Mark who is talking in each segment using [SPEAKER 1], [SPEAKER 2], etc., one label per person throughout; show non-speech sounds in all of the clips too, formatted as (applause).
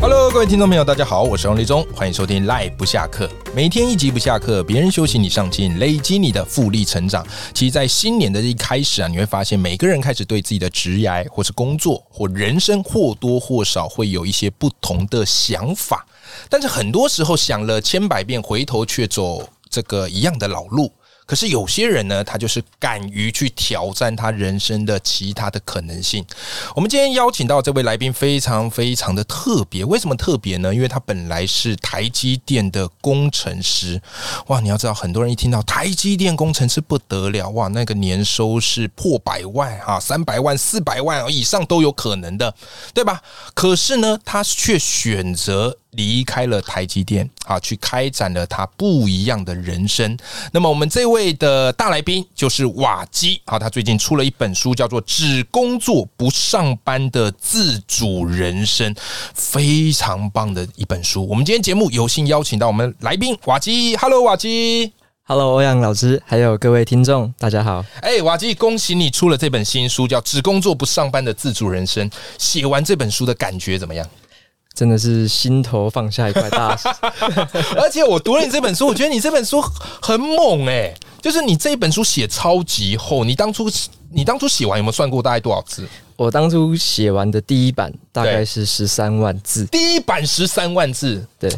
[SPEAKER 1] Hello，各位听众朋友，大家好，我是王立忠，欢迎收听《赖不下课》，每天一集不下课，别人休息你上进，累积你的复利成长。其实，在新年的一开始啊，你会发现每个人开始对自己的职业或是工作或人生或多或少会有一些不同的想法，但是很多时候想了千百遍，回头却走这个一样的老路。可是有些人呢，他就是敢于去挑战他人生的其他的可能性。我们今天邀请到这位来宾非常非常的特别，为什么特别呢？因为他本来是台积电的工程师，哇！你要知道，很多人一听到台积电工程师不得了，哇，那个年收是破百万啊，三百万、四百万哦以上都有可能的，对吧？可是呢，他却选择离开了台积电啊，去开展了他不一样的人生。那么我们这位的大来宾就是瓦基啊，他最近出了一本书，叫做《只工作不上班的自主人生》，非常棒的一本书。我们今天节目有幸邀请到我们来宾瓦基，Hello 瓦基。
[SPEAKER 2] Hello，欧阳老师，还有各位听众，大家好。
[SPEAKER 1] 哎、瓦基，恭喜你出了这本新书，叫《只工作不上班的自主人生》。写完这本书的感觉怎么样？
[SPEAKER 2] 真的是心头放下一块
[SPEAKER 1] (laughs)
[SPEAKER 2] 大石。
[SPEAKER 1] 而且我读了你这本书，我觉得你这本书很猛哎、就是你这一本书写超级厚，你当初你当初写完有没有算过大概多少字？
[SPEAKER 2] 我当初写完的第一版大概是十三万字，
[SPEAKER 1] 第一版十三万字。
[SPEAKER 2] 对，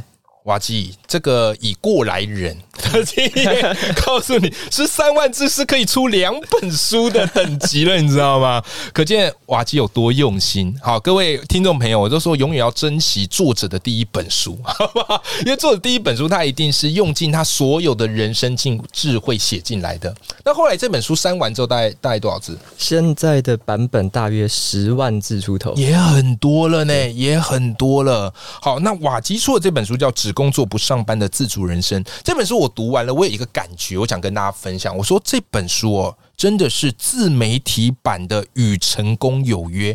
[SPEAKER 1] 瓦基，这个以过来人的经验告诉你，十三万字是可以出两本书的等级了，你知道吗？可见瓦基有多用心。好，各位听众朋友，我都说永远要珍惜作者的第一本书，好不好？因为作者第一本书，他一定是用尽他所有的人生进智慧写进来的。那后来这本书删完之后，大概大概多少字？
[SPEAKER 2] 现在的版本大约十万字出头。
[SPEAKER 1] 也很多了呢，也很多了。好，那瓦基说的这本书叫《只工作不上班的自主人生》，这本书我读完了，我有一个感觉，我想跟大家分享。我说这本书哦，真的是自媒体版的《与成功有约》。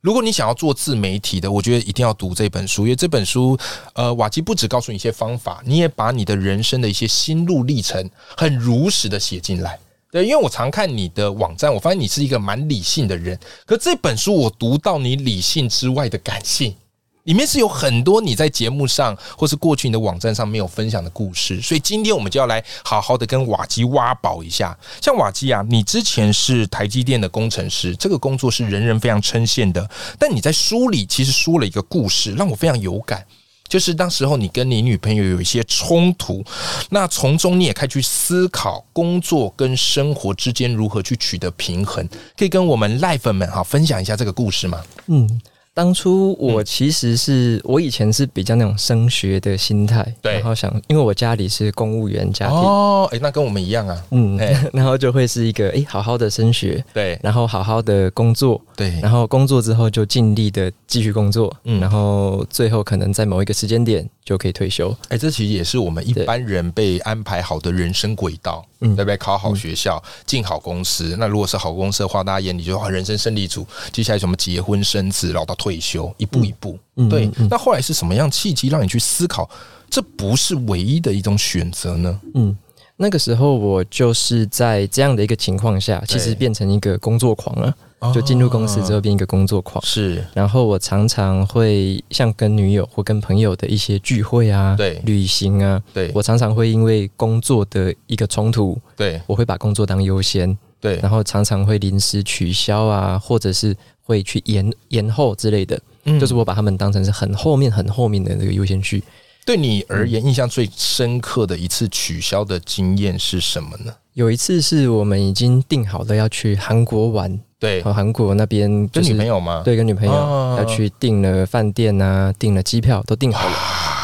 [SPEAKER 1] 如果你想要做自媒体的，我觉得一定要读这本书，因为这本书，呃，瓦基不只告诉你一些方法，你也把你的人生的一些心路历程很如实的写进来。对，因为我常看你的网站，我发现你是一个蛮理性的人。可这本书我读到你理性之外的感性，里面是有很多你在节目上或是过去你的网站上没有分享的故事。所以今天我们就要来好好的跟瓦基挖宝一下。像瓦基啊，你之前是台积电的工程师，这个工作是人人非常称羡的。但你在书里其实说了一个故事，让我非常有感。就是当时候你跟你女朋友有一些冲突，那从中你也开始去思考工作跟生活之间如何去取得平衡，可以跟我们赖粉们哈分享一下这个故事吗？
[SPEAKER 2] 嗯，当初
[SPEAKER 1] 嗯
[SPEAKER 2] 我其实是、我以前是比较那种升学的心态，
[SPEAKER 1] 对
[SPEAKER 2] 然后想，因为我家里是公务员家庭，
[SPEAKER 1] 哦，诶，那跟我们一样啊，
[SPEAKER 2] 嗯
[SPEAKER 1] 哎，
[SPEAKER 2] (laughs) 然后就会是一个诶、好好的升学，
[SPEAKER 1] 对
[SPEAKER 2] 然后好好的工作，
[SPEAKER 1] 对
[SPEAKER 2] 然后工作之后就尽力的继续工作，
[SPEAKER 1] 嗯
[SPEAKER 2] 然后最后可能在某一个时间点就可以退休。
[SPEAKER 1] 哎、这其实也是我们一般人被安排好的人生轨道，
[SPEAKER 2] 嗯
[SPEAKER 1] 对不对？考好学校，进好公司。那如果是好公司的话，大家眼里就哇，人生胜利组。接下来什么结婚生子，然后到退休，一步一步。
[SPEAKER 2] 嗯
[SPEAKER 1] 对
[SPEAKER 2] 嗯嗯，
[SPEAKER 1] 那后来是什么样契机让你去思考，这不是唯一的一种选择呢？
[SPEAKER 2] 嗯，那个时候我就是在这样的一个情况下，其实变成一个工作狂了，就进入公司
[SPEAKER 1] 哦
[SPEAKER 2] 之后变一个工作狂。
[SPEAKER 1] 啊是
[SPEAKER 2] 然后我常常会像跟女友或跟朋友的一些聚会啊，
[SPEAKER 1] 对
[SPEAKER 2] 旅行啊，
[SPEAKER 1] 对
[SPEAKER 2] 我常常会因为工作的一个冲突，
[SPEAKER 1] 对
[SPEAKER 2] 我会把工作当优先，
[SPEAKER 1] 对，
[SPEAKER 2] 然后常常会临时取消啊，或者是会去延延后之类的，
[SPEAKER 1] 嗯
[SPEAKER 2] 就是我把他们当成是很后面很后面的那个优先序。
[SPEAKER 1] 对你而
[SPEAKER 2] 嗯
[SPEAKER 1] 言，印象最深刻的一次取消的经验是什么呢？
[SPEAKER 2] 有一次是我们已经定好了要去韩国玩，
[SPEAKER 1] 对，
[SPEAKER 2] 哦韩国那边就
[SPEAKER 1] 跟
[SPEAKER 2] 是
[SPEAKER 1] 女朋友吗？
[SPEAKER 2] 对，跟女朋友
[SPEAKER 1] 哦
[SPEAKER 2] 要去订了饭店啊，订了机票都订好了，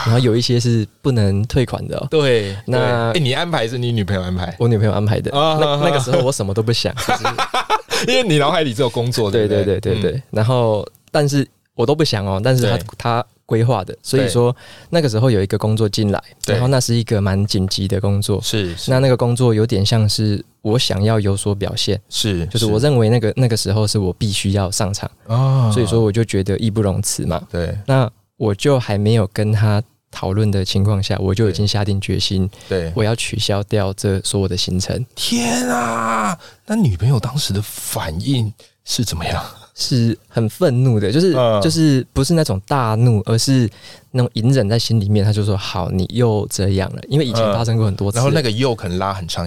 [SPEAKER 2] 然后有一些是不能退款的、哦。
[SPEAKER 1] 对，
[SPEAKER 2] 那
[SPEAKER 1] 哎、你安排是你女朋友安排？
[SPEAKER 2] 我女朋友安排的，
[SPEAKER 1] 啊
[SPEAKER 2] 那那个时候我什么都
[SPEAKER 1] (laughs)
[SPEAKER 2] 不想，就是
[SPEAKER 1] 因为你脑海里只有工作，
[SPEAKER 2] 对
[SPEAKER 1] 对
[SPEAKER 2] 对
[SPEAKER 1] 不
[SPEAKER 2] 对对
[SPEAKER 1] 嗯
[SPEAKER 2] 对。然后，但是我都不想哦，但是他
[SPEAKER 1] 对
[SPEAKER 2] 他规划的，所以说那个时候有一个工作进来，
[SPEAKER 1] 对
[SPEAKER 2] 然后那是一个蛮紧急的工作，
[SPEAKER 1] 是是
[SPEAKER 2] 那那个工作有点像是我想要有所表现，
[SPEAKER 1] 是，
[SPEAKER 2] 就是我认为那个那个时候是我必须要上场，
[SPEAKER 1] 啊
[SPEAKER 2] 所以说我就觉得义不容辞嘛。
[SPEAKER 1] 对
[SPEAKER 2] 那我就还没有跟他讨论的情况下，我就
[SPEAKER 1] 对
[SPEAKER 2] 已经下定决心，
[SPEAKER 1] 对，
[SPEAKER 2] 我要取消掉这所有的行程，
[SPEAKER 1] 天啊！那女朋友当时的反应是怎么样？
[SPEAKER 2] 是很愤怒的，就是、
[SPEAKER 1] 嗯
[SPEAKER 2] 就是不是那种大怒，而是那种隐忍在心里面。他就说：“好，你又这样了。”因为以前
[SPEAKER 1] 嗯
[SPEAKER 2] 发生过很多次。
[SPEAKER 1] 然后那个又可能拉很长，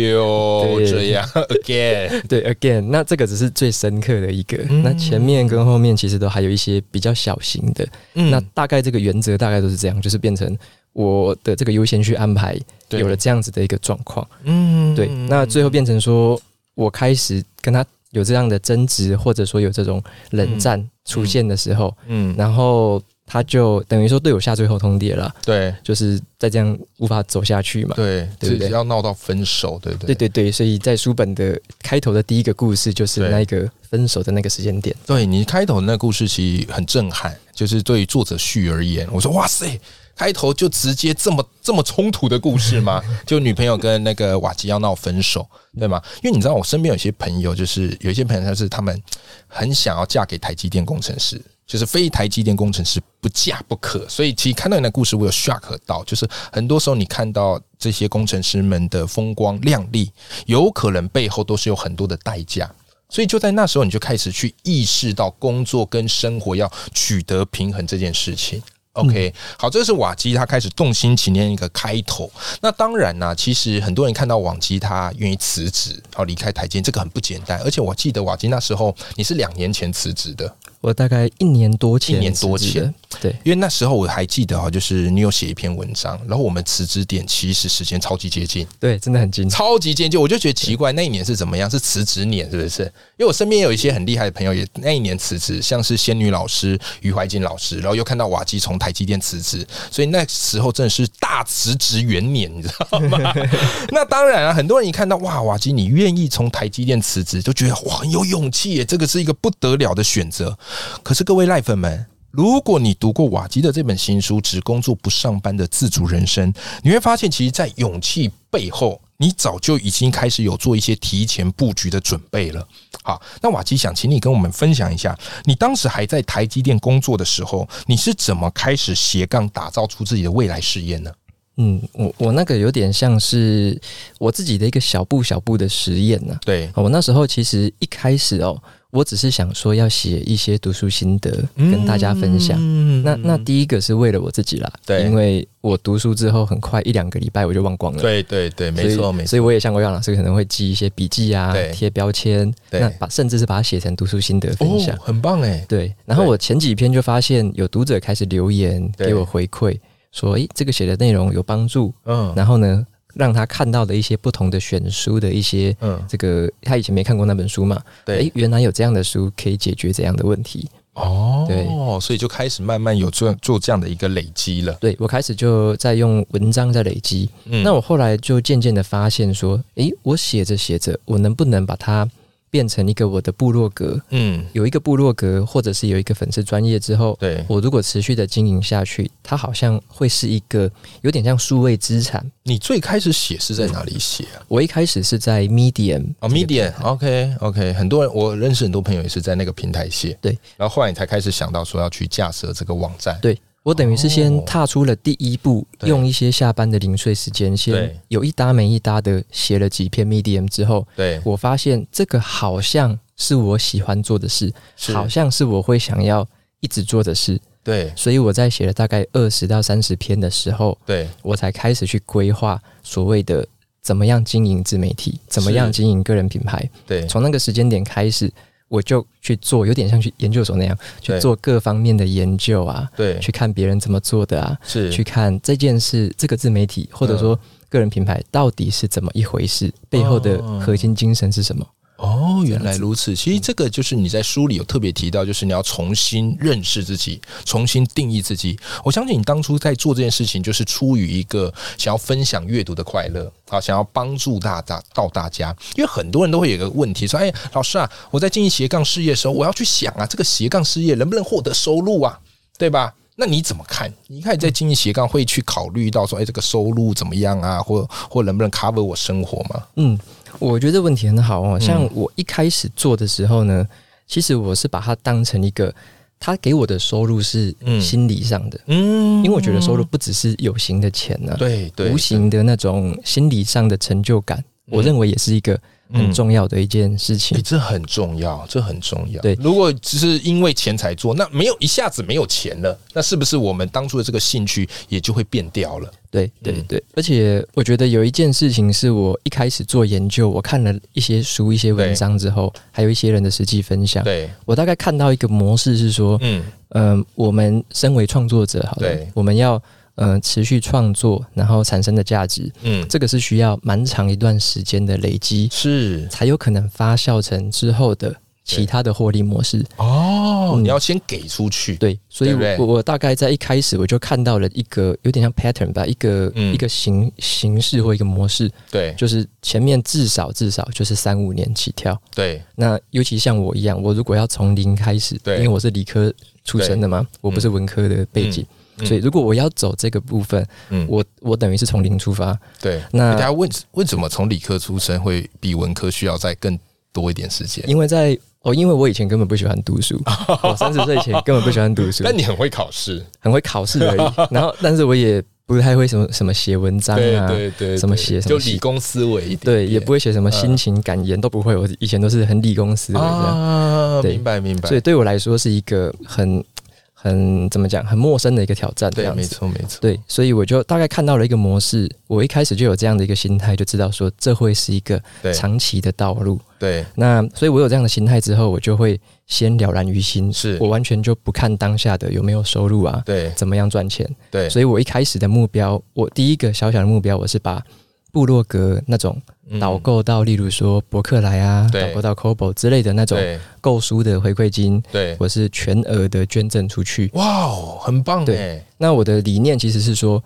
[SPEAKER 1] 又
[SPEAKER 2] 对
[SPEAKER 1] 这
[SPEAKER 2] (laughs)
[SPEAKER 1] 样 again，
[SPEAKER 2] 对，again，那这个只是最深刻的一个。
[SPEAKER 1] 嗯
[SPEAKER 2] 那前面跟后面其实都还有一些比较小型的。
[SPEAKER 1] 嗯
[SPEAKER 2] 那大概这个原则大概都是这样，就是变成我的这个优先去安排
[SPEAKER 1] 对
[SPEAKER 2] 有了这样子的一个状况。
[SPEAKER 1] 嗯
[SPEAKER 2] 对，那最后变成说我开始跟他有这样的争执，或者说有这种冷战出现的时候，
[SPEAKER 1] 嗯
[SPEAKER 2] 然后他就等于说对我下最后通牒了，
[SPEAKER 1] 对
[SPEAKER 2] 就是再这样无法走下去嘛。
[SPEAKER 1] 对，
[SPEAKER 2] 对不
[SPEAKER 1] 这
[SPEAKER 2] 对
[SPEAKER 1] 要闹到分手，对不
[SPEAKER 2] 对
[SPEAKER 1] 对？
[SPEAKER 2] 对对，所以在书本的开头的第一个故事就是
[SPEAKER 1] 对
[SPEAKER 2] 那一个分手的那个时间点。
[SPEAKER 1] 对你开头那故事其实很震撼，就是对于作者序而言，我说哇塞，开头就直接这么这么冲突的故事吗？就女朋友跟那个瓦吉要闹分手，对吗？因为你知道我身边有些朋友，就是有一些朋友，就是他们很想要嫁给台积电工程师。就是非台积电工程师不嫁不可，所以其实看到你的故事，我有 shock 到，就是很多时候你看到这些工程师们的风光亮丽，有可能背后都是有很多的代价，所以就在那时候，你就开始去意识到工作跟生活要取得平衡这件事情。OK，、好，这是瓦基他开始动心起念一个开头。那当然啦、其实很多人看到瓦基他愿意辞职，好离开台积电，这个很不简单。而且我记得瓦基那时候你是两年前辞职的，
[SPEAKER 2] 我大概一年多前，
[SPEAKER 1] 一年多前，
[SPEAKER 2] 对
[SPEAKER 1] 因为那时候我还记得哈，就是你有写一篇文章，然后我们辞职点其实时间超级接近，
[SPEAKER 2] 对，真的很精彩。
[SPEAKER 1] 超级接近，我就觉得奇怪，那一年是怎么样？是辞职年是不是？因为我身边有一些很厉害的朋友也那一年辞职，像是仙女老师、于怀瑾老师，然后又看到瓦基从台积电辞职，所以那时候真的是大辞职元年，你知道吗？那当然啊，很多人一看到哇，瓦基你愿意从台积电辞职，就觉得哇很有勇气耶，这个是一个不得了的选择。可是各位赖粉们。如果你读过瓦基的这本新书《只工作不上班的自主人生》，你会发现，其实，在勇气背后，你早就已经开始有做一些提前布局的准备了。好，那瓦基想请你跟我们分享一下，你当时还在台积电工作的时候，你是怎么开始斜杠打造出自己的未来事业呢？
[SPEAKER 2] 嗯，我我那个有点像是我自己的一个小步小步的实验呐、
[SPEAKER 1] 对，
[SPEAKER 2] 我那时候其实一开始哦，我只是想说要写一些读书心得跟大家分享。
[SPEAKER 1] 嗯
[SPEAKER 2] 那那第一个是为了我自己啦，
[SPEAKER 1] 对
[SPEAKER 2] 因为我读书之后很快一两个礼拜我就忘光了，，
[SPEAKER 1] 对对对，没错没错，
[SPEAKER 2] 所以我也像欧阳老师可能会记一些笔记啊
[SPEAKER 1] 对，
[SPEAKER 2] 贴标签，
[SPEAKER 1] 对
[SPEAKER 2] 那把甚至是把它写成读书心得分享
[SPEAKER 1] 哦，，很棒哎，
[SPEAKER 2] 对。然后我前几篇就发现有读者开始留言
[SPEAKER 1] 对
[SPEAKER 2] 给我回馈，说诶这个写的内容有帮助，
[SPEAKER 1] 嗯
[SPEAKER 2] 然后呢让他看到的一些不同的选书的一些
[SPEAKER 1] 嗯，
[SPEAKER 2] 这个他以前没看过那本书嘛，诶，
[SPEAKER 1] 对，
[SPEAKER 2] 原来有这样的书可以解决这样的问题。
[SPEAKER 1] 哦，
[SPEAKER 2] 对
[SPEAKER 1] 所以就开始慢慢有做做这样的一个累积了。
[SPEAKER 2] 对我开始就在用文章在累积，
[SPEAKER 1] 嗯
[SPEAKER 2] 那我后来就渐渐的发现说，诶，我写着写着，我能不能把它变成一个我的部落格？
[SPEAKER 1] 嗯，
[SPEAKER 2] 有一个部落格，或者是有一个粉丝专业之后，
[SPEAKER 1] 对，
[SPEAKER 2] 我如果持续的经营下去，它好像会是一个有点像数位资产。
[SPEAKER 1] 你最开始写是在哪里写啊？
[SPEAKER 2] 我一开始是在
[SPEAKER 1] 哦
[SPEAKER 2] Medium 这个平台
[SPEAKER 1] ，Medium，OK OK，很多人我认识很多朋友也是在那个平台写，
[SPEAKER 2] 对，
[SPEAKER 1] 然后后来你才开始想到说要去架设这个网站，
[SPEAKER 2] 对我等于是
[SPEAKER 1] 哦
[SPEAKER 2] 先踏出了第一步，
[SPEAKER 1] 对
[SPEAKER 2] 用一些下班的零碎时间，
[SPEAKER 1] 对
[SPEAKER 2] 先有一搭没一搭的写了几篇 Medium 之后，
[SPEAKER 1] 对，
[SPEAKER 2] 我发现这个好像是我喜欢做的事，
[SPEAKER 1] 是
[SPEAKER 2] 好像是我会想要一直做的事，
[SPEAKER 1] 对
[SPEAKER 2] 所以我在写了大概二十到三十篇的时候，
[SPEAKER 1] 对
[SPEAKER 2] 我才开始去规划所谓的怎么样经营自媒体，怎么样经营个人品牌。
[SPEAKER 1] 对，
[SPEAKER 2] 从那个时间点开始，我就去做，有点像去研究所那样去
[SPEAKER 1] 对
[SPEAKER 2] 做各方面的研究啊，
[SPEAKER 1] 对
[SPEAKER 2] 去看别人怎么做的啊，
[SPEAKER 1] 是嗯
[SPEAKER 2] 去看这件事，这个自媒体或者说个人品牌到底是怎么一回事，背后的核心精神是什么？
[SPEAKER 1] 哦，原来如此。其实这个就是你在书里有特别提到，就是你要重新认识自己，重新定义自己。我相信你当初在做这件事情，就是出于一个想要分享阅读的快乐啊，想要帮助大家到大家。因为很多人都会有一个问题说：“哎，老师啊，我在经营斜杠事业的时候，我要去想啊，这个斜杠事业能不能获得收入啊？对吧？”那你怎么看？你一开始在经营斜杠会去考虑到说，哎，这个收入怎么样啊，或或能不能 cover 我生活吗？
[SPEAKER 2] 嗯，我觉得问题很好哦。
[SPEAKER 1] 嗯
[SPEAKER 2] 像我一开始做的时候呢，其实我是把它当成一个。他给我的收入是心理上的，嗯，因为我觉得收入不只是有形的钱呢、啊，
[SPEAKER 1] 对嗯对，
[SPEAKER 2] 无形的那种心理上的成就感，嗯、我认为也是一个很重要的一件事
[SPEAKER 1] 嗯
[SPEAKER 2] 情。
[SPEAKER 1] 欸、这很重要，这很重要。
[SPEAKER 2] 对，
[SPEAKER 1] 如果只是因为钱才做，那没有一下子没有钱了，那是不是我们当初的这个兴趣也就会变掉了？
[SPEAKER 2] 对对对，嗯、而且我觉得有一件事情是我一开始做研究，我看了一些书、一些文章之后，还有一些人的实际分享。
[SPEAKER 1] 对，
[SPEAKER 2] 我大概看到一个模式是说，嗯嗯、呃，我们身为创作者，好了，我们要呃持续创作，然后产生的价值，嗯，这个是需要蛮长一段时间的累积，
[SPEAKER 1] 是
[SPEAKER 2] 才有可能发酵成之后的。其他的获利模式
[SPEAKER 1] 哦，
[SPEAKER 2] 嗯
[SPEAKER 1] 你要先给出去，
[SPEAKER 2] 对，所以
[SPEAKER 1] 我
[SPEAKER 2] 我大概在一开始我就看到了一个有点像 pattern 吧，一个、嗯、一个形形式或一个模式，
[SPEAKER 1] 对，
[SPEAKER 2] 就是前面至少至少就是三五年起跳，
[SPEAKER 1] 对，
[SPEAKER 2] 那尤其像我一样，我如果要从零开始，
[SPEAKER 1] 对，
[SPEAKER 2] 因为我是理科出身的嘛，我不是文科的背景。嗯嗯所以，如果我要走这个部分，嗯，我我等于是从零出发。
[SPEAKER 1] 对，
[SPEAKER 2] 那
[SPEAKER 1] 大家问为什么从理科出身会比文科需要再更多一点时间？
[SPEAKER 2] 因为在哦，因为我以前根本不喜欢读书，
[SPEAKER 1] (laughs)
[SPEAKER 2] 我三十岁前根本不喜欢读书。
[SPEAKER 1] 但你很会考试，
[SPEAKER 2] 很会考试
[SPEAKER 1] (laughs)
[SPEAKER 2] 而已。然后，但是我也不太会什么什么写文章
[SPEAKER 1] 啊，对对嗯对，
[SPEAKER 2] 什么写什
[SPEAKER 1] 么就理工思维一点，
[SPEAKER 2] 对，也不会写什么心情感言都不会。我以前都是很理工思维
[SPEAKER 1] 啊，明白明白。
[SPEAKER 2] 所以对我来说是一个很很怎么讲，很陌生的一个挑战。
[SPEAKER 1] 对，没错没错。
[SPEAKER 2] 对，所以我就大概看到了一个模式，我一开始就有这样的一个心态，就知道说这会是一个长期的道路。
[SPEAKER 1] 对，
[SPEAKER 2] 那所以，我有这样的心态之后，我就会先了然于心，
[SPEAKER 1] 是
[SPEAKER 2] 我完全就不看当下的有没有收入啊，
[SPEAKER 1] 对，
[SPEAKER 2] 怎么样赚钱，
[SPEAKER 1] 对，
[SPEAKER 2] 所以我一开始的目标，我第一个小小的目标，我是把部落格那种
[SPEAKER 1] 嗯
[SPEAKER 2] 导购到，例如说博客来啊，导购到 Kobo 之类的那种购书的回馈金，
[SPEAKER 1] 对，
[SPEAKER 2] 我是全额的捐赠出去，
[SPEAKER 1] 哇哦，很棒
[SPEAKER 2] 对，那我的理念其实是说。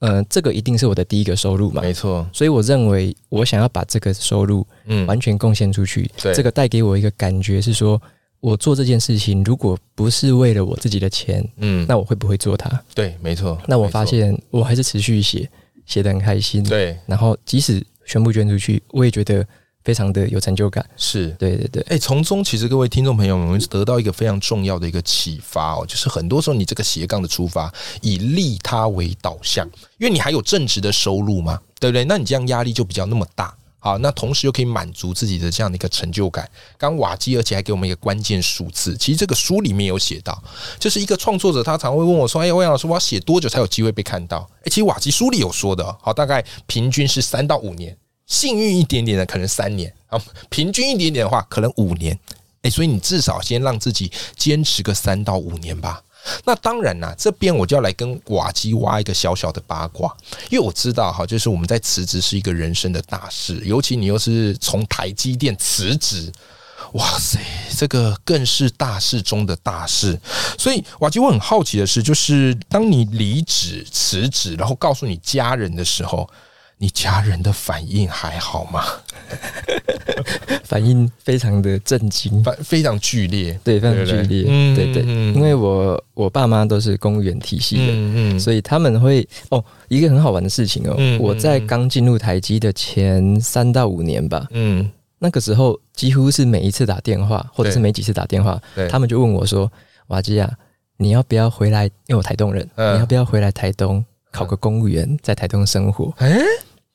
[SPEAKER 2] 呃，这个一定是我的第一个收入嘛，
[SPEAKER 1] 没错。
[SPEAKER 2] 所以我认为，我想要把这个收入，嗯，完全贡献出去。
[SPEAKER 1] 嗯、
[SPEAKER 2] 这个带给我一个感觉是说，我做这件事情，如果不是为了我自己的钱，嗯，那我会不会做它？
[SPEAKER 1] 对，没错。
[SPEAKER 2] 那我发现，我还是持续写，写的很开心。
[SPEAKER 1] 对，
[SPEAKER 2] 然后即使全部捐出去，我也觉得。非常的有成就感，
[SPEAKER 1] 是
[SPEAKER 2] 对对对。
[SPEAKER 1] 哎、欸，从中其实各位听众朋友们，我们得到一个非常重要的一个启发哦，就是很多时候你这个斜杠的出发以利他为导向，因为你还有正职的收入嘛，对不对？那你这样压力就比较那么大。好，那同时又可以满足自己的这样的一个成就感。刚瓦基，而且还给我们一个关键数字。其实这个书里面有写到，就是一个创作者，他常会问我说：“哎、欸，欧阳老师，我要写多久才有机会被看到？”哎、欸，其实瓦基书里有说的，哦好，大概平均是三到五年。幸运一点点的，可能三年啊；平均一点点的话，可能五年。诶、欸，所以你至少先让自己坚持个三到五年吧。那当然啦，这边我就要来跟瓦基挖一个小小的八卦，因为我知道哈，就是我们在辞职是一个人生的大事，尤其你又是从台积电辞职，哇塞，这个更是大事中的大事。所以瓦基，我很好奇的是，就是当你离职辞职，然后告诉你家人的时候。你家人的反应还好吗？ (laughs)
[SPEAKER 2] 反应非常的震惊，
[SPEAKER 1] 反非常剧烈，
[SPEAKER 2] 对，非常剧烈，嗯，对对，因为我我爸妈都是公务员体系的，嗯嗯，所以他们会哦，一个很好玩的事情哦，嗯、我在刚进入台积的前三到五年吧，嗯，那个时候几乎是每一次打电话，或者是每几次打电话，他们就问我说：“瓦基啊，你要不要回来？因为我台东人，嗯、你要不要回来台东考个公务员，在台东生活？”哎、欸。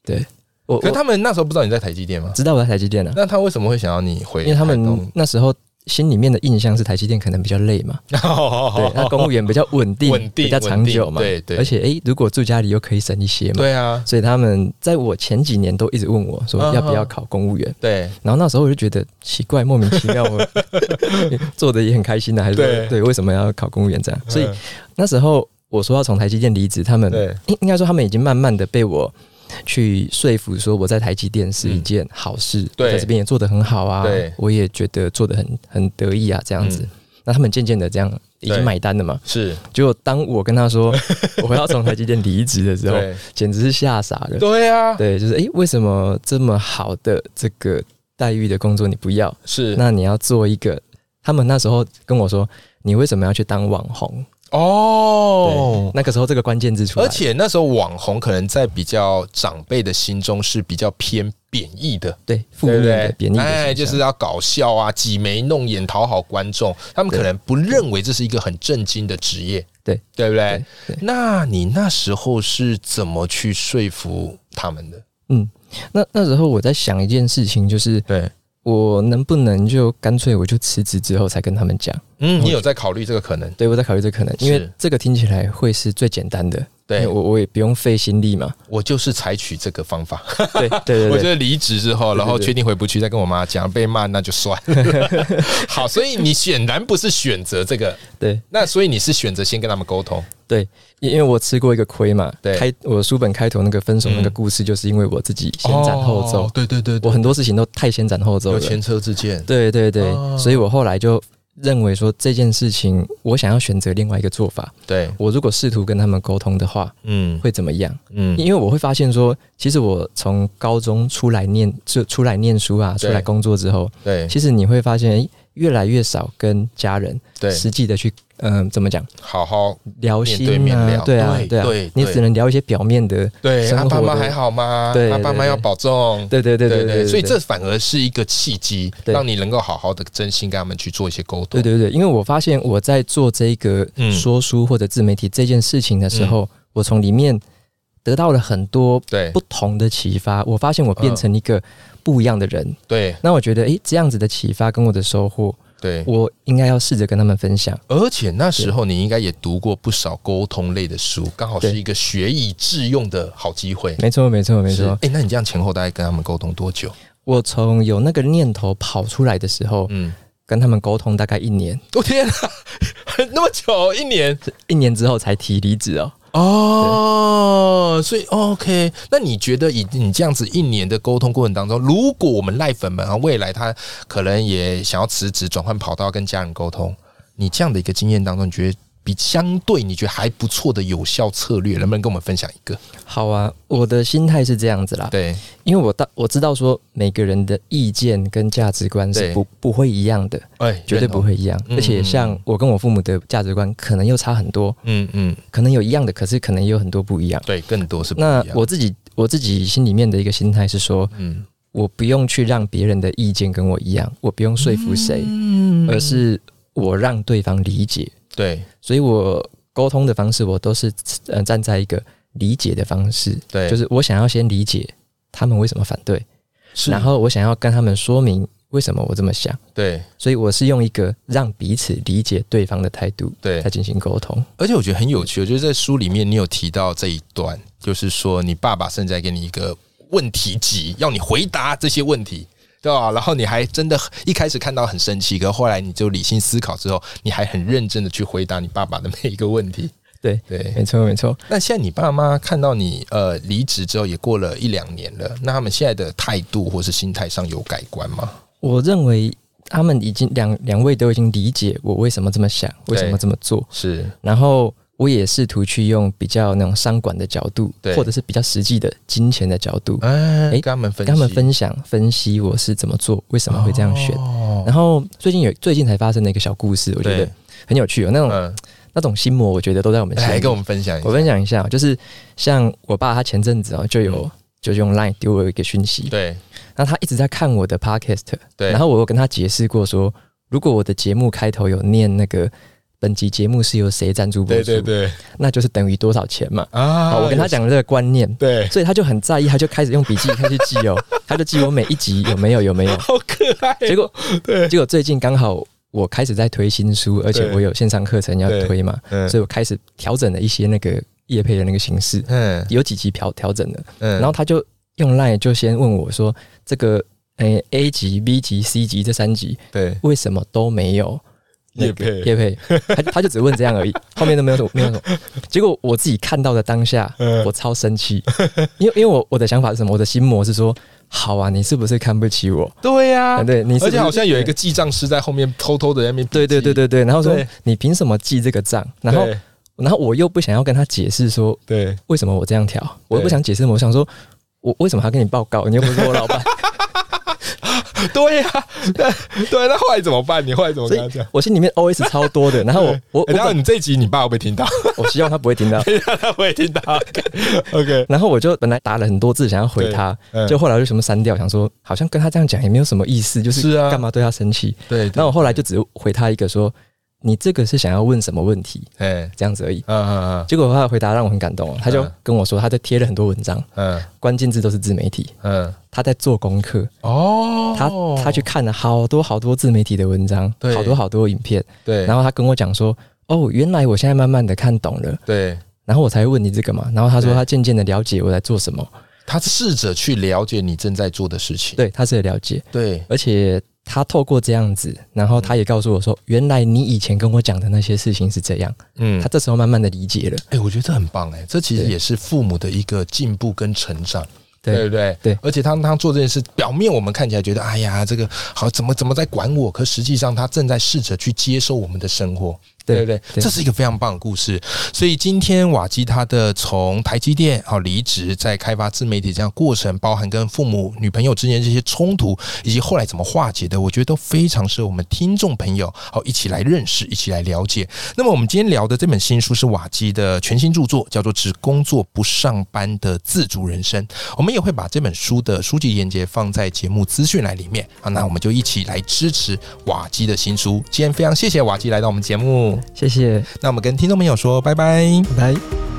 [SPEAKER 2] 对，
[SPEAKER 1] 我可他们那时候不知道你在台积电吗？
[SPEAKER 2] 知道我在台积电啊。
[SPEAKER 1] 那他为什么会想要你回？
[SPEAKER 2] 因为他 (laughs) 们那时候心里面的印象是台积电可能比较累嘛，对，那公务员比较稳定，
[SPEAKER 1] 哦稳定
[SPEAKER 2] 比较长久嘛，
[SPEAKER 1] 对对。
[SPEAKER 2] 而且哎，如果住家里又可以省一些嘛，
[SPEAKER 1] 对啊。
[SPEAKER 2] 所以他们在我前几年都一直问我说
[SPEAKER 1] 嗯
[SPEAKER 2] 要不要考公务员，
[SPEAKER 1] 对。
[SPEAKER 2] 然后那时候我就觉得奇怪，莫名其
[SPEAKER 1] (laughs)
[SPEAKER 2] 妙， (laughs) 我做的也很开心的，还是对，为什么要考公务员这样？所以
[SPEAKER 1] 嗯
[SPEAKER 2] 嗯那时候我说要从台积电离职，他们应应该说他们已经慢慢的被我。去说服说我在台积电是一件好事，嗯、
[SPEAKER 1] 对
[SPEAKER 2] 在这边也做得很好啊，我也觉得做得很很得意啊，这样子。嗯、那他们渐渐的这样已经买单了嘛？
[SPEAKER 1] 是。
[SPEAKER 2] 结果当我跟
[SPEAKER 1] (laughs)
[SPEAKER 2] 他说我要从台积电离职的时候，简直是吓傻了。
[SPEAKER 1] 对啊，
[SPEAKER 2] 对，就是诶、欸，为什么这么好的这个待遇的工作你不要？
[SPEAKER 1] 是，
[SPEAKER 2] 那你要做一个。他们那时候跟我说，你为什么要去当网红？
[SPEAKER 1] 哦，
[SPEAKER 2] 那个时候这个关键字出来，
[SPEAKER 1] 而且那时候网红可能在比较长辈的心中是比较偏贬义的，
[SPEAKER 2] 对，负面的贬义的，
[SPEAKER 1] 哎，就是要搞笑啊，挤眉弄眼讨好观众，他们可能不认为这是一个很正经的职业，
[SPEAKER 2] 对，
[SPEAKER 1] 对不对？那你那时候是怎么去说服他们的？
[SPEAKER 2] 嗯，那那时候我在想一件事情，就是
[SPEAKER 1] 对。
[SPEAKER 2] 我能不能就干脆我就辞职之后才跟他们讲？
[SPEAKER 1] 嗯，你有在考虑这个可能？
[SPEAKER 2] 对，我在考虑这个可能，因为这个听起来会是最简单的。
[SPEAKER 1] 对，
[SPEAKER 2] 我我也不用费心力嘛。
[SPEAKER 1] 我就是采取这个方法。
[SPEAKER 2] (laughs)
[SPEAKER 1] (laughs)
[SPEAKER 2] 对对对，
[SPEAKER 1] 我觉得离职之后，然后确定回不去，再跟我妈讲，被骂那就算了。
[SPEAKER 2] (laughs)
[SPEAKER 1] 好，所以你显然不是选择这个。
[SPEAKER 2] 对，
[SPEAKER 1] 那所以你是选择先跟他们沟通。
[SPEAKER 2] 对，因为我吃过一个亏嘛。
[SPEAKER 1] 对，嗯
[SPEAKER 2] 开我书本开头那个分手那个故事，就是因为我自己先斩后奏。
[SPEAKER 1] 哦对对对，
[SPEAKER 2] 我很多事情都太先斩后奏了，
[SPEAKER 1] 前车之鉴。
[SPEAKER 2] 对对对，
[SPEAKER 1] 哦
[SPEAKER 2] 所以我后来就认为说这件事情，我想要选择另外一个做法。
[SPEAKER 1] 对
[SPEAKER 2] 我如果试图跟他们沟通的话，
[SPEAKER 1] 嗯，
[SPEAKER 2] 会怎么样？
[SPEAKER 1] 嗯，
[SPEAKER 2] 因为我会发现说，其实我从高中出来念就出来念书啊，出来工作之后，
[SPEAKER 1] 对，
[SPEAKER 2] 其实你会发现，哎，越来越少跟家人
[SPEAKER 1] 对
[SPEAKER 2] 实际的去，嗯，怎么讲？
[SPEAKER 1] 好好
[SPEAKER 2] 聊心
[SPEAKER 1] 啊，
[SPEAKER 2] 对啊，对啊，你只能聊一些表面的，
[SPEAKER 1] 对，他
[SPEAKER 2] 生
[SPEAKER 1] 爸
[SPEAKER 2] 活
[SPEAKER 1] 妈
[SPEAKER 2] 的
[SPEAKER 1] 还好吗？啊
[SPEAKER 2] 对
[SPEAKER 1] 他爸
[SPEAKER 2] 对
[SPEAKER 1] 妈要
[SPEAKER 2] 对
[SPEAKER 1] 保重。
[SPEAKER 2] 对对对
[SPEAKER 1] 对
[SPEAKER 2] 对，
[SPEAKER 1] 所以
[SPEAKER 2] 对
[SPEAKER 1] 这反而是一个契机，
[SPEAKER 2] 对
[SPEAKER 1] 让你能够好好的真心跟他们去做一些沟通。
[SPEAKER 2] 对对对，因为我发现我在做这个
[SPEAKER 1] 嗯
[SPEAKER 2] 说书或者自媒体这件事情的时候，我从里面得到了很多
[SPEAKER 1] 对嗯
[SPEAKER 2] 不同的启发。我发现我变成一个不一样的人。
[SPEAKER 1] 对
[SPEAKER 2] 那我觉得，诶，这样子的启发跟我的收获，
[SPEAKER 1] 对
[SPEAKER 2] 我应该要试着跟他们分享。
[SPEAKER 1] 而且那时候你应该也读过不少沟通类的书，刚好是
[SPEAKER 2] 对
[SPEAKER 1] 一个学以致用的好机会。
[SPEAKER 2] 没错，没错，没
[SPEAKER 1] 是
[SPEAKER 2] 错。
[SPEAKER 1] 哎，那你这样前后大概跟他们沟通多久？
[SPEAKER 2] 我从有那个念头跑出来的时候，
[SPEAKER 1] 嗯，
[SPEAKER 2] 跟他们沟通大概一年，
[SPEAKER 1] 我天啊， (laughs) 那么久，一年
[SPEAKER 2] 一年之后才提离职哦。
[SPEAKER 1] 哦，所以 OK，那你觉得以你这样子一年的沟通过程当中，如果我们赖粉们啊，未来他可能也想要辞职转换跑道跟家人沟通，你这样的一个经验当中，你觉得比相对你觉得还不错的有效策略，能不能跟我们分享一个？
[SPEAKER 2] 好啊，我的心态是这样子啦。
[SPEAKER 1] 对
[SPEAKER 2] 因为我大我知道说每个人的意见跟价值观
[SPEAKER 1] 对
[SPEAKER 2] 是不不会一样的，
[SPEAKER 1] 哎，
[SPEAKER 2] 绝对不会一样。
[SPEAKER 1] 嗯
[SPEAKER 2] 而且像我跟我父母的价值观可能又差很多，
[SPEAKER 1] 认同，嗯嗯，
[SPEAKER 2] 可能有一样的，可是可能也有很多不一样。
[SPEAKER 1] 对，更多是不一
[SPEAKER 2] 那
[SPEAKER 1] 样。
[SPEAKER 2] 我自己我自己心里面的一个心态是说，
[SPEAKER 1] 嗯
[SPEAKER 2] 我不用去让别人的意见跟我一样，我不用说服谁，
[SPEAKER 1] 嗯
[SPEAKER 2] 而是我让对方理解。
[SPEAKER 1] 对
[SPEAKER 2] 所以我沟通的方式，我都是呃站在一个理解的方式，
[SPEAKER 1] 对，
[SPEAKER 2] 就是我想要先理解他们为什么反对。
[SPEAKER 1] 是
[SPEAKER 2] 然后我想要跟他们说明为什么我这么想，
[SPEAKER 1] 对
[SPEAKER 2] 所以我是用一个让彼此理解对方的态度
[SPEAKER 1] 对
[SPEAKER 2] 来进行沟通。
[SPEAKER 1] 而且我觉得很有趣，我觉得在书里面你有提到这一段，就是说你爸爸甚至还给你一个问题集，要你回答这些问题，对吧？然后你还真的一开始看到很生气，可后来你就理性思考之后，你还很认真的去回答你爸爸的每一个问题。
[SPEAKER 2] 对，
[SPEAKER 1] 对，
[SPEAKER 2] 没错，没错。
[SPEAKER 1] 那现在你爸妈看到你呃离职之后也过了一两年了，那他们现在的态度或是心态上有改观吗？
[SPEAKER 2] 我认为他们已经两两位都已经理解我为什么这么想，为什么这么做，
[SPEAKER 1] 是，
[SPEAKER 2] 然后。我也试图去用比较那种商管的角度
[SPEAKER 1] 对，
[SPEAKER 2] 或者是比较实际的金钱的角度，
[SPEAKER 1] 哎，
[SPEAKER 2] 哎
[SPEAKER 1] 跟他们分
[SPEAKER 2] 跟
[SPEAKER 1] 析，
[SPEAKER 2] 他们分享分析我是怎么做，为什么会这样选。
[SPEAKER 1] 哦，
[SPEAKER 2] 然后最近有最近才发生的一个小故事，我觉得
[SPEAKER 1] 对
[SPEAKER 2] 很有趣哦。那种、 (laughs)
[SPEAKER 1] 嗯，
[SPEAKER 2] 那种心魔，我觉得都在我们心
[SPEAKER 1] 来
[SPEAKER 2] 里
[SPEAKER 1] 跟我们分享一下
[SPEAKER 2] 我，分享一下，就是像我爸，他前阵子哦就有、就用 Line 丢我一个讯息，
[SPEAKER 1] 嗯对
[SPEAKER 2] 那他一直在看我的 Podcast，
[SPEAKER 1] 对，
[SPEAKER 2] 然后我有跟他解释过说，如果我的节目开头有念那个本集节目是由谁赞助播
[SPEAKER 1] 对
[SPEAKER 2] 出，
[SPEAKER 1] 对对。
[SPEAKER 2] 那就是等于多少钱嘛。
[SPEAKER 1] 啊
[SPEAKER 2] 好，我跟他讲了这个观念，
[SPEAKER 1] 对，
[SPEAKER 2] 所以他就很在意，他就开始用笔记开始记哦，他就记我每一集有没有有没有。
[SPEAKER 1] 好可爱
[SPEAKER 2] 结果
[SPEAKER 1] (laughs) 对，
[SPEAKER 2] 结果最近刚好我开始在推新书，而且
[SPEAKER 1] 对
[SPEAKER 2] 我有线上课程要
[SPEAKER 1] 对
[SPEAKER 2] 推嘛，
[SPEAKER 1] 嗯
[SPEAKER 2] 所以我开始调整了一些那个业配的那个形式。
[SPEAKER 1] 嗯
[SPEAKER 2] 有几集调调整的，
[SPEAKER 1] 嗯，
[SPEAKER 2] 然后他就用 line 就先问我说，这个诶、A 级、B 级、C 级这三集
[SPEAKER 1] 对
[SPEAKER 2] 为什么都没有那个
[SPEAKER 1] 业配
[SPEAKER 2] 叶配，他他就只问这样而已，后面都没有什么没有什么。结果我自己看到的
[SPEAKER 1] (laughs)
[SPEAKER 2] 当下，
[SPEAKER 1] 嗯
[SPEAKER 2] 我超生气， (laughs) 因为因为我我的想法是什么？我的心魔是说，好啊，你是不是看不起我？
[SPEAKER 1] 对呀
[SPEAKER 2] 啊、，对，你是不
[SPEAKER 1] 而
[SPEAKER 2] 是
[SPEAKER 1] 且好像有一个记账师在后面偷偷的在那边，
[SPEAKER 2] 对对对，对对，然后说
[SPEAKER 1] 对
[SPEAKER 2] 你凭什么记这个账？然后
[SPEAKER 1] 对
[SPEAKER 2] 然后我又不想要跟他解释说
[SPEAKER 1] 对，
[SPEAKER 2] 为什么我这样
[SPEAKER 1] (laughs)
[SPEAKER 2] 调？我又不想解释，我想说，我为什么还要跟你报告？你又不是我老板。
[SPEAKER 1] 对呀、啊，对，那后来怎么办？你后来怎么跟他讲？
[SPEAKER 2] 我心里面 OS 超多的，然后我我、欸、
[SPEAKER 1] 然后你这一集你爸会不会听到？
[SPEAKER 2] 我希望他不会
[SPEAKER 1] (laughs)
[SPEAKER 2] 听到，
[SPEAKER 1] 他不会听
[SPEAKER 2] (laughs)
[SPEAKER 1] 到。OK，
[SPEAKER 2] 然后我就本来打了很多字想要回他，嗯、就后来就什么删掉，想说好像跟他这样讲也没有什么意思，就是
[SPEAKER 1] 啊
[SPEAKER 2] 干 (laughs) 嘛对他生气？
[SPEAKER 1] 对,對,對，
[SPEAKER 2] 那我后来就只回他一个说。你这个是想要问什么问题？哎，这样子而已。嗯嗯嗯。结果他的回答让我很感动哦，他就跟我说，他在贴了很多文章，嗯，关键字都是自媒体，嗯，他在做功课哦，他他去看了好多好多自媒体的文章，好多好多影片，
[SPEAKER 1] 对。
[SPEAKER 2] 然后他跟我讲说，哦，原来我现在慢慢的看懂了，
[SPEAKER 1] 对。
[SPEAKER 2] 然后我才问你这个嘛，然后他说他渐渐的了解我在做什么，
[SPEAKER 1] 他试着去了解你正在做的事情，
[SPEAKER 2] 对，他是了解，
[SPEAKER 1] 对，
[SPEAKER 2] 而且。他透过这样子，然后他也告诉我说，原来你以前跟我讲的那些事情是这样。嗯，他这时候慢慢的理解了。
[SPEAKER 1] 哎、欸，我觉得这很棒哎、欸，这其实也是父母的一个进步跟成长，对不对？
[SPEAKER 2] 对。
[SPEAKER 1] 而且他他做这件事，表面我们看起来觉得，哎呀，这个好怎么怎么在管我，可实际上他正在试着去接受我们的生活。对不对？这是一个非常棒的故事。所以今天瓦基他的从台积电好离职，在开发自媒体这样过程，包含跟父母、女朋友之间这些冲突，以及后来怎么化解的，我觉得都非常适合我们听众朋友好一起来认识，一起来了解。那么我们今天聊的这本新书是瓦基的全新著作，叫做《只工作不上班的自主人生》。我们也会把这本书的书籍链接放在节目资讯栏里面啊，那我们就一起来支持瓦基的新书。今天非常谢谢瓦基来到我们节目。
[SPEAKER 2] 谢谢，
[SPEAKER 1] 那我们跟听众朋友说拜拜，
[SPEAKER 2] 拜拜。